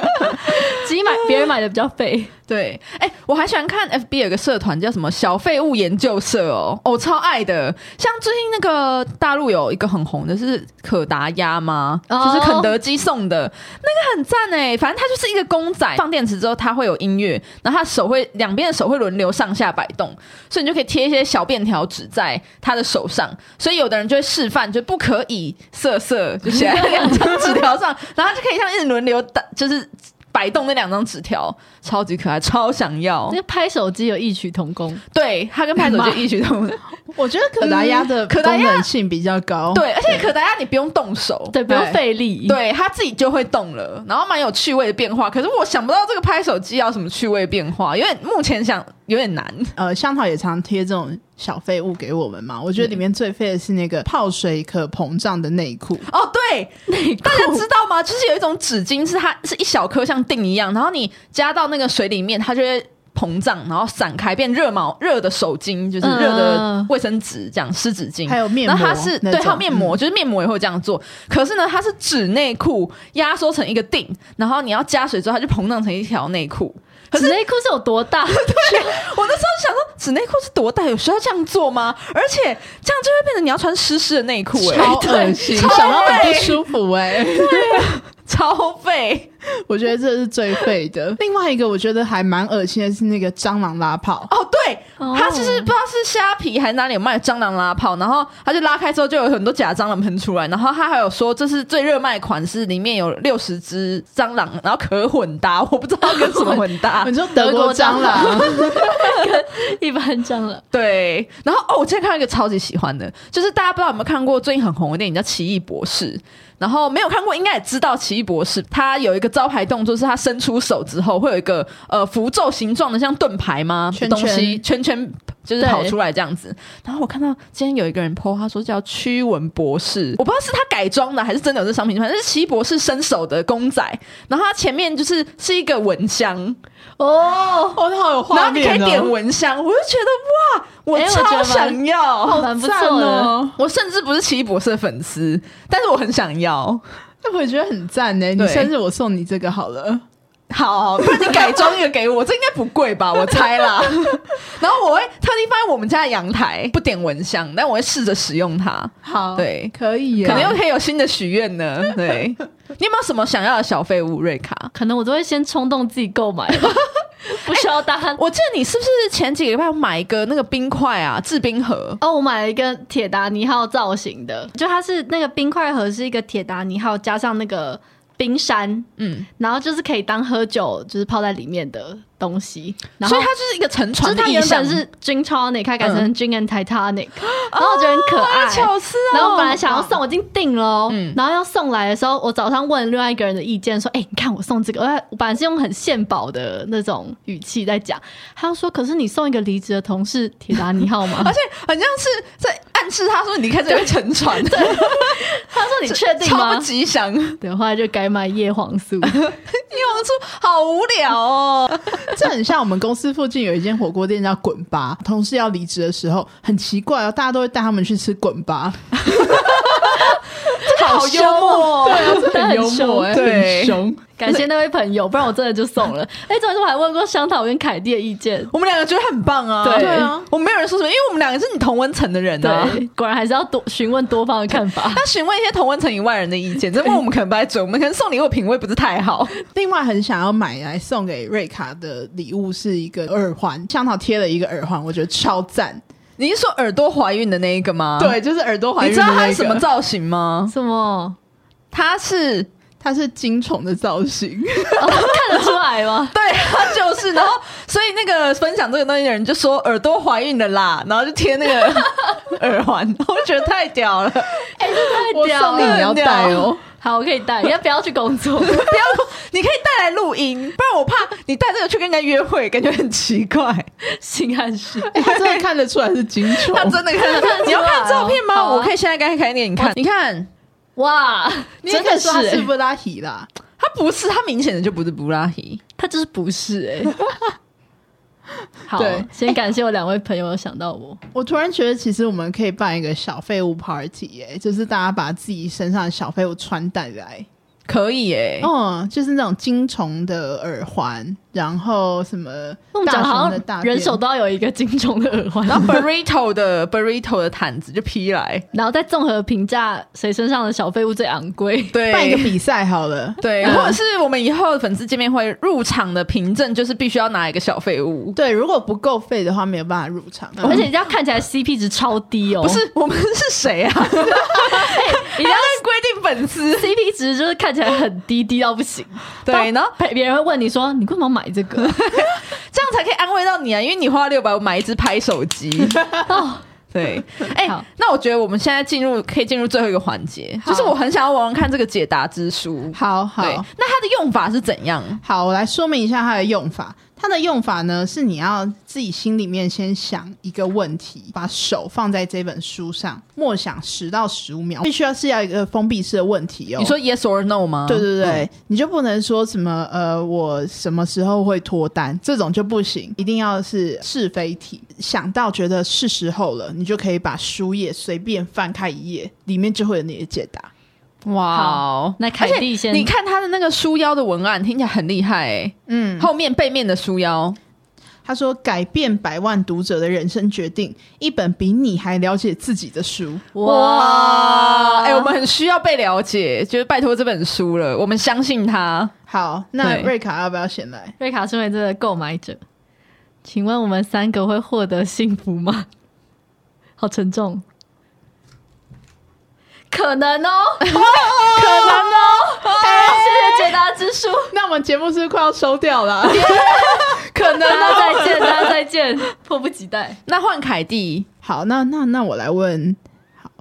[SPEAKER 2] 质疑买别人买的比较费。
[SPEAKER 1] 对，哎、我还喜欢看 FB 有个社团叫什么“小废物研究社”哦，我、超爱的。像最近那个大陆有一个很红的是可达鸭吗？
[SPEAKER 2] 哦
[SPEAKER 1] 就是肯德基送的那个很赞哎，反正它就是一个公仔，放电池之后它会有音乐，然后它手会两边的手会轮流上下摆动，所以你就可以贴一些小便条纸在他的手上。所以有的人就会示范，就不可以色色，就写在两张纸条上，然后他就可以像一直轮流打，就是。摆动那两张纸条，超级可爱，超想 要
[SPEAKER 2] 那。拍手机有异曲同工，
[SPEAKER 1] 对他跟派 手就异曲同工。
[SPEAKER 3] 我觉得可达鸭的
[SPEAKER 1] 嗯可达
[SPEAKER 3] 功
[SPEAKER 1] 鸭
[SPEAKER 3] 能性比较高。
[SPEAKER 1] 对，而且可达鸭你 不用动手，
[SPEAKER 2] 对，不用费力。，
[SPEAKER 1] 哦对他自己就会动了，然后蛮有趣味的变化。可是我想不到这个拍手机要什么趣味变化，有点目前想有点难。
[SPEAKER 3] 呃，香草也常贴这种小废物给我们嘛。我觉得里面最废的是那个泡水可膨胀的内裤，
[SPEAKER 1] 哦，对，大家知道吗？就是有一种纸巾是它是一小颗像锭一样，然后你加到那个水里面，它就会。膨胀，然后散开变热毛热的手巾，就是
[SPEAKER 2] 嗯
[SPEAKER 1] 热的卫生纸这样湿纸巾，
[SPEAKER 3] 还有面
[SPEAKER 1] 然
[SPEAKER 3] 膜
[SPEAKER 1] 后它是
[SPEAKER 3] 那
[SPEAKER 1] 对，还有
[SPEAKER 3] 种
[SPEAKER 1] 面膜，就是面膜也会这样做。可是呢，它是纸内裤压缩成一个锭，然后你要加水之后，它就膨胀成一条内裤。可
[SPEAKER 2] 纸
[SPEAKER 1] 是
[SPEAKER 2] 内裤是有多大？
[SPEAKER 1] 我那时候想说，纸内裤是多大？有需要这样做吗？而且这样就会变成你要穿湿湿的内裤、欸，
[SPEAKER 3] 嗯 超
[SPEAKER 1] 对
[SPEAKER 3] 恶心，
[SPEAKER 1] 超
[SPEAKER 3] 想到很
[SPEAKER 1] 累
[SPEAKER 3] 不舒服哎、
[SPEAKER 1] 超费。
[SPEAKER 3] 我觉得这是最废的。另外一个我觉得还蛮恶心的是那个蟑螂拉炮，
[SPEAKER 1] 哦，对，
[SPEAKER 2] 哦
[SPEAKER 1] 它就是不知道是虾皮还是哪里有卖蟑螂拉炮，然后它就拉开之后就有很多假蟑螂喷出来，然后它还有说这是最热卖款式，里面有六十只蟑螂，然后可混搭，我不知道跟什么混搭
[SPEAKER 3] 你。说德国蟑螂，
[SPEAKER 2] 一般这样了。
[SPEAKER 1] 对，然后哦，我之前看到一个超级喜欢的，就是大家不知道有没有看过最近很红的电影叫《奇异博士》，然后没有看过应该也知道《奇异博士》，他有一个招牌动作是他伸出手之后会有一个呃符咒形状的像盾牌吗
[SPEAKER 3] 圈
[SPEAKER 1] 的东西嗯圈圈。就是跑
[SPEAKER 2] 对
[SPEAKER 1] 出来这样子，然后我看到今天有一个人 PO，他说叫驱蚊博士，我不知道是他改装的还是真的有这商品，反正是奇异博士伸手的公仔，然后它前面就是是一个蚊香，
[SPEAKER 3] 哦，我好有
[SPEAKER 1] 然
[SPEAKER 3] 画
[SPEAKER 1] 后你可
[SPEAKER 3] 面
[SPEAKER 1] 以
[SPEAKER 3] 哦，
[SPEAKER 1] 点蚊香，我就觉得哇，我
[SPEAKER 2] 哎我觉得
[SPEAKER 1] 超
[SPEAKER 2] 蛮
[SPEAKER 1] 想要，
[SPEAKER 2] 好蛮不
[SPEAKER 3] 赞
[SPEAKER 2] 错的
[SPEAKER 3] 哦。
[SPEAKER 1] 我甚至不是奇异博士的粉丝，但是我很想要。
[SPEAKER 3] 那哎我觉得很赞呢、你
[SPEAKER 1] 对
[SPEAKER 3] 生日我送你这个好了，
[SPEAKER 1] 好，不然你改装一个给我，这应该不贵 吧？我猜啦。然后我会特地放在我们家的阳台，不点蚊香，但我会试着使用它，
[SPEAKER 3] 好
[SPEAKER 1] 对
[SPEAKER 3] 可以耶，
[SPEAKER 1] 可能又可以有新的许愿呢。对，你有没有什么想要的小废物，瑞卡？
[SPEAKER 2] 可能我都会先冲动自己购买吧，不需要大家。
[SPEAKER 1] 我记得你是不是前几个礼拜有买一个那个冰块啊，制冰盒？
[SPEAKER 2] 哦，我买了一个铁达尼号造型的，就它是那个冰块盒是一个铁达尼号加上那个冰山，
[SPEAKER 1] 嗯，
[SPEAKER 2] 然后就是可以当喝酒，就是泡在里面的东西。然后
[SPEAKER 1] 所以它就是一个沉
[SPEAKER 2] 就是
[SPEAKER 1] 船的
[SPEAKER 2] 它
[SPEAKER 1] 意
[SPEAKER 2] 原
[SPEAKER 1] 象，
[SPEAKER 2] 本是 gin tonic，它改成 gin and titanic，、然后我觉得很可爱。
[SPEAKER 1] 巧思哦。
[SPEAKER 2] 然后我本来想要送，我已经订了哦、
[SPEAKER 1] 嗯
[SPEAKER 2] 然后要送来的时哦候，我早上问另外一个人的意见，说：“哎、你看我送这个，我我本来是用很献宝的那种语气在讲。”他就说：“可是你送一个离职的同事铁达尼号吗？”
[SPEAKER 1] 而且很像是在暗示他说你离开这个沉船，
[SPEAKER 2] 他说：“你确定
[SPEAKER 1] 超
[SPEAKER 2] 吗
[SPEAKER 1] 不吉祥。你？”
[SPEAKER 2] 对，后来就改买叶黄素。
[SPEAKER 1] 往出好无聊哦，
[SPEAKER 3] 这很像我们公司附近有一间火锅店叫滚吧，同事要离职的时候很奇怪哦，大家都会带他们去吃滚吧，
[SPEAKER 1] 好幽默哦。
[SPEAKER 3] 对，
[SPEAKER 2] 很
[SPEAKER 3] 很幽
[SPEAKER 2] 凶
[SPEAKER 3] 默、欸，
[SPEAKER 1] 对
[SPEAKER 3] 很凶。
[SPEAKER 2] 感谢那位朋友，不然我真的就送 了。哎、总之我还问过香桃跟凯蒂的意见。
[SPEAKER 1] 我们两个觉得很棒啊，
[SPEAKER 2] 对
[SPEAKER 3] 对啊，
[SPEAKER 1] 我们没有人说什么，因为我们两个是你同温层的人啊。
[SPEAKER 2] 对，果然还是要多询问多方的看法。
[SPEAKER 1] 那询问一些同温层以外人的意见，这问我们可能不太准，我们可能送礼物的品味不是太好。
[SPEAKER 3] 另外，很想要买来送给瑞卡的礼物是一个耳环，香草贴了一个耳环，我觉得超赞。
[SPEAKER 1] 你是说耳朵怀孕的那一个吗？，
[SPEAKER 3] 对，就是耳朵环、
[SPEAKER 1] 啊你知道它是什么？造型吗？
[SPEAKER 2] 什么？
[SPEAKER 1] 它是
[SPEAKER 3] 它是金虫的造型，
[SPEAKER 2] 哦看得出来 吗？
[SPEAKER 1] 对，他就是，然后所以那个分享这个东西的人就说耳朵怀孕了啦， 然后就贴那个耳环，我觉得太屌了，
[SPEAKER 2] 太
[SPEAKER 3] 我
[SPEAKER 2] 屌
[SPEAKER 3] 送
[SPEAKER 2] 了！
[SPEAKER 3] 你，你要戴哦。
[SPEAKER 2] 好，我可以带，你要不要去工 作？
[SPEAKER 1] 不要， 你可以带来录音，不然我怕你带这个去跟人家约会，感觉很奇怪。
[SPEAKER 2] 性暗示，
[SPEAKER 3] 哎他真的看得出来是金虫，
[SPEAKER 1] 他真的 看
[SPEAKER 2] 看得出来哦，
[SPEAKER 1] 你要看照片吗？
[SPEAKER 2] 好啊
[SPEAKER 1] 我可以现在开开给你看，你看。
[SPEAKER 2] 哇，
[SPEAKER 3] 你也可以说他
[SPEAKER 2] 真的是
[SPEAKER 3] 是
[SPEAKER 2] 欸
[SPEAKER 3] 布拉提啦。
[SPEAKER 1] 他不是，他明显的就不是布拉提。
[SPEAKER 2] 他就是不是 哎、好
[SPEAKER 3] 对，
[SPEAKER 2] 先感谢我两位朋友有想到 我，
[SPEAKER 3] 我突然觉得，其实我们可以办一个小废物 party 耶、就是大家把自己身上的小废物穿戴来，
[SPEAKER 1] 可以诶、
[SPEAKER 3] 哦，就是那种金虫的耳环，然后什么
[SPEAKER 2] 那我们讲
[SPEAKER 3] 大
[SPEAKER 2] 得好
[SPEAKER 3] 熊的大
[SPEAKER 2] 像
[SPEAKER 3] 便
[SPEAKER 2] 人手都要有一个金钟的耳 环，
[SPEAKER 1] 然后 burrito 的 burrito 的毯子就披来，
[SPEAKER 2] 然后再综合评价谁身上的小废物最昂贵。
[SPEAKER 1] 对，
[SPEAKER 3] 办一个比赛好 了。
[SPEAKER 1] 对，
[SPEAKER 3] 嗯
[SPEAKER 1] 或者是我们以后的粉丝见面会入场的凭证就是必须要拿一个小废物。
[SPEAKER 3] 对，如果不够费的话，没有办法入场。
[SPEAKER 2] 而且人家看起来 CP 值超低哦，
[SPEAKER 1] 不是我们是谁啊？还
[SPEAKER 2] 人家
[SPEAKER 1] 要规定粉丝
[SPEAKER 2] CP 值就是看起来很低，低到不行。
[SPEAKER 1] 对，然后
[SPEAKER 2] 别别人会问你说你为什么买这个？
[SPEAKER 1] 这样才可以安慰到你啊，因为你花六百买一只拍手机。
[SPEAKER 2] 哦，
[SPEAKER 1] 对，哎、
[SPEAKER 2] 好
[SPEAKER 1] 那我觉得我们现在进入可以进入最后一个环节，
[SPEAKER 3] 好
[SPEAKER 1] 就是我很想要玩玩看这个解答之书。
[SPEAKER 3] 嗯好
[SPEAKER 1] 对
[SPEAKER 3] 好，
[SPEAKER 1] 那它的用法是怎样？
[SPEAKER 3] 好，我来说明一下它的用法。它的用法呢，是你要自己心里面先想一个问题，把手放在这本书上，默想十到十五秒，必须要是要一个封闭式的问题哦。
[SPEAKER 1] 你说 yes or no 吗？
[SPEAKER 3] 对对对，
[SPEAKER 1] 嗯，
[SPEAKER 3] 你就不能说什么呃，我什么时候会脱单，这种就不行，一定要是是非题。想到觉得是时候了，你就可以把书页随便翻开一页，里面就会有你的解答。
[SPEAKER 1] 哇哦
[SPEAKER 2] 好，那凯蒂
[SPEAKER 1] 而且
[SPEAKER 2] 先
[SPEAKER 1] 你看他的那个书腰的文案，听起来很厉害哎、
[SPEAKER 3] 嗯，
[SPEAKER 1] 后面背面的书腰，
[SPEAKER 3] 他说改变百万读者的人生决定，一本比你还了解自己的书。
[SPEAKER 1] 哇，哎、我们很需要被了解，就是拜托这本书了，我们相信它。
[SPEAKER 3] 好，那
[SPEAKER 1] 对
[SPEAKER 3] 瑞卡要不要先来？
[SPEAKER 2] 瑞卡身为这个购买者，请问我们三个会获得幸福吗？好沉重，可能 哦，可能哦，谢谢解答之书，
[SPEAKER 3] 那我们节目是不是快要收掉了，啊
[SPEAKER 1] 可能
[SPEAKER 2] 大
[SPEAKER 1] 呢
[SPEAKER 2] 家再见，大家再见，哦迫不及待。
[SPEAKER 1] 那换凯蒂，
[SPEAKER 3] 好，那那那我来问，好，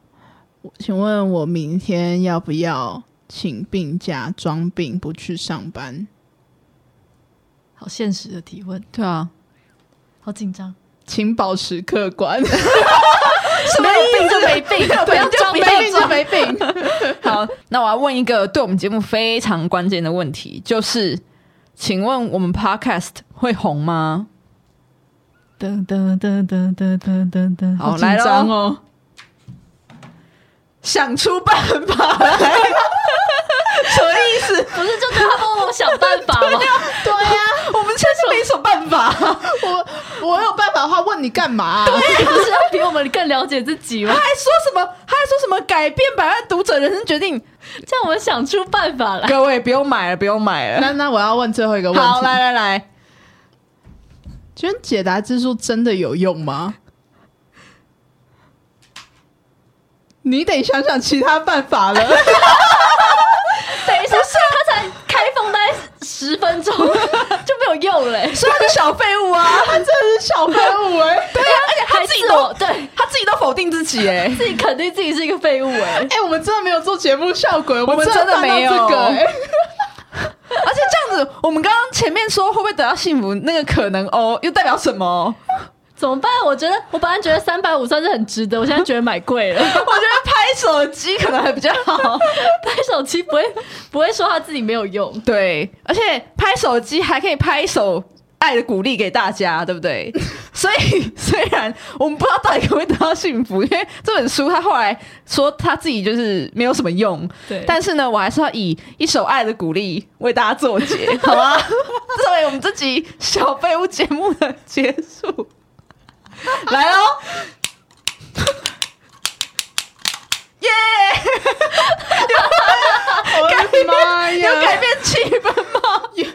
[SPEAKER 3] 请问我明天要不要请病假装病不去上班？
[SPEAKER 2] 好现实的提问，
[SPEAKER 1] 对啊，
[SPEAKER 2] 好紧张。
[SPEAKER 3] 请保持客观，
[SPEAKER 1] 什么有病就没病，不要
[SPEAKER 3] 对就
[SPEAKER 1] 装，不
[SPEAKER 3] 没
[SPEAKER 1] 要
[SPEAKER 3] 病就
[SPEAKER 1] 装。
[SPEAKER 3] 没病。
[SPEAKER 1] 好，那我要问一个对我们节目非常关键的问题，就是，请问我们 podcast 会红吗？
[SPEAKER 2] 噔噔噔噔噔噔噔噔，
[SPEAKER 1] 好，
[SPEAKER 3] 紧
[SPEAKER 1] 来
[SPEAKER 3] 张
[SPEAKER 1] 喽，
[SPEAKER 3] 哦，
[SPEAKER 1] 想出办法 来，什么意思？
[SPEAKER 2] 不是就叫他帮我想办法吗？
[SPEAKER 3] 对呀、
[SPEAKER 1] 我们真是没什么办法，
[SPEAKER 3] 我我有办法的话，问你干嘛、啊
[SPEAKER 2] 不是要比我们更了解自己吗
[SPEAKER 1] 他？还说什么？他还说什么改变百万读者人生决定？
[SPEAKER 2] 这样我们想出办法来。
[SPEAKER 1] 各位不用买了，不用买了。
[SPEAKER 3] 那那我要问最后一个问题，
[SPEAKER 1] 好，来，来 来，
[SPEAKER 3] 请问解答之术真的有用吗？你得想想其他办法了。
[SPEAKER 2] 等一下，他才开封大概十分钟 就没有用嘞、
[SPEAKER 1] 所以他是小废物啊，
[SPEAKER 3] 他真的是小废物哎！
[SPEAKER 1] 对啊，而且他
[SPEAKER 2] 还
[SPEAKER 1] 自己
[SPEAKER 2] 自
[SPEAKER 1] 都
[SPEAKER 2] 我对
[SPEAKER 1] 他自己都否定自己哎、
[SPEAKER 2] 自己肯定自己是一个废物哎、
[SPEAKER 3] 哎、我们真的没有做节目效果，我
[SPEAKER 1] 们真的
[SPEAKER 3] 办到
[SPEAKER 1] 没有
[SPEAKER 3] 这 个、哎
[SPEAKER 1] 而且这样子，我们刚刚前面说会不会得到幸福，那个可能哦，又代表什么？
[SPEAKER 2] 怎么办？我觉得我本来觉得三百五算是很值得，我现在觉得买贵了。
[SPEAKER 1] 我觉得拍手机可能还比较好。
[SPEAKER 2] 拍手机不会不会说他自己没有用，
[SPEAKER 1] 对，而且拍手机还可以拍手爱的鼓励给大家，对不对？所以虽然我们不知道到底可不可以得到幸福，因为这本书他后来说他自己就是没有什么用，
[SPEAKER 2] 对
[SPEAKER 1] 但是呢，我还是要以一首爱的鼓励为大家作结，好吗？作为我们这集小废物节目的结束，来 喽！耶、
[SPEAKER 3] 我的妈呀！
[SPEAKER 1] 有改变气氛吗？哎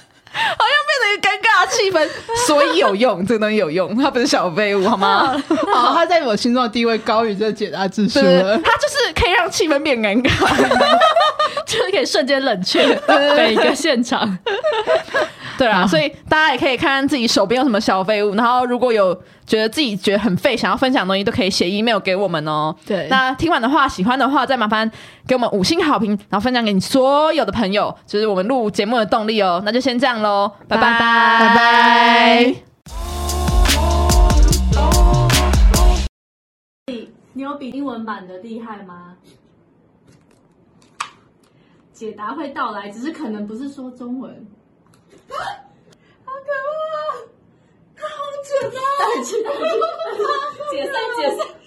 [SPEAKER 1] 好像变成一个尴尬的气氛，所以有用，这个东西有用，它不是小废物好 吗？
[SPEAKER 3] 好，他在我心中的地位高于这解答之术
[SPEAKER 1] 对对对
[SPEAKER 3] 了。
[SPEAKER 1] 它就是可以让气氛变尴尬。
[SPEAKER 2] 就是可以瞬间冷却每一个现场。
[SPEAKER 1] 对啊，所以大家也可以看看自己手边有什么小废物，然后如果有觉得自己觉得很废，想要分享的东西，都可以写 email 给我们哦。
[SPEAKER 2] 对
[SPEAKER 1] 那听完的话，喜欢的话，再麻烦给我们五星好评，然后分享给你所有的朋友，就是我们录节目的动力哦。那就先这样喽，拜拜
[SPEAKER 2] 拜拜
[SPEAKER 1] 拜。
[SPEAKER 2] 你有比英文版的厉害吗？解答会到来，只是可能不是说中文。 好 可怕！好简单！解散，解散。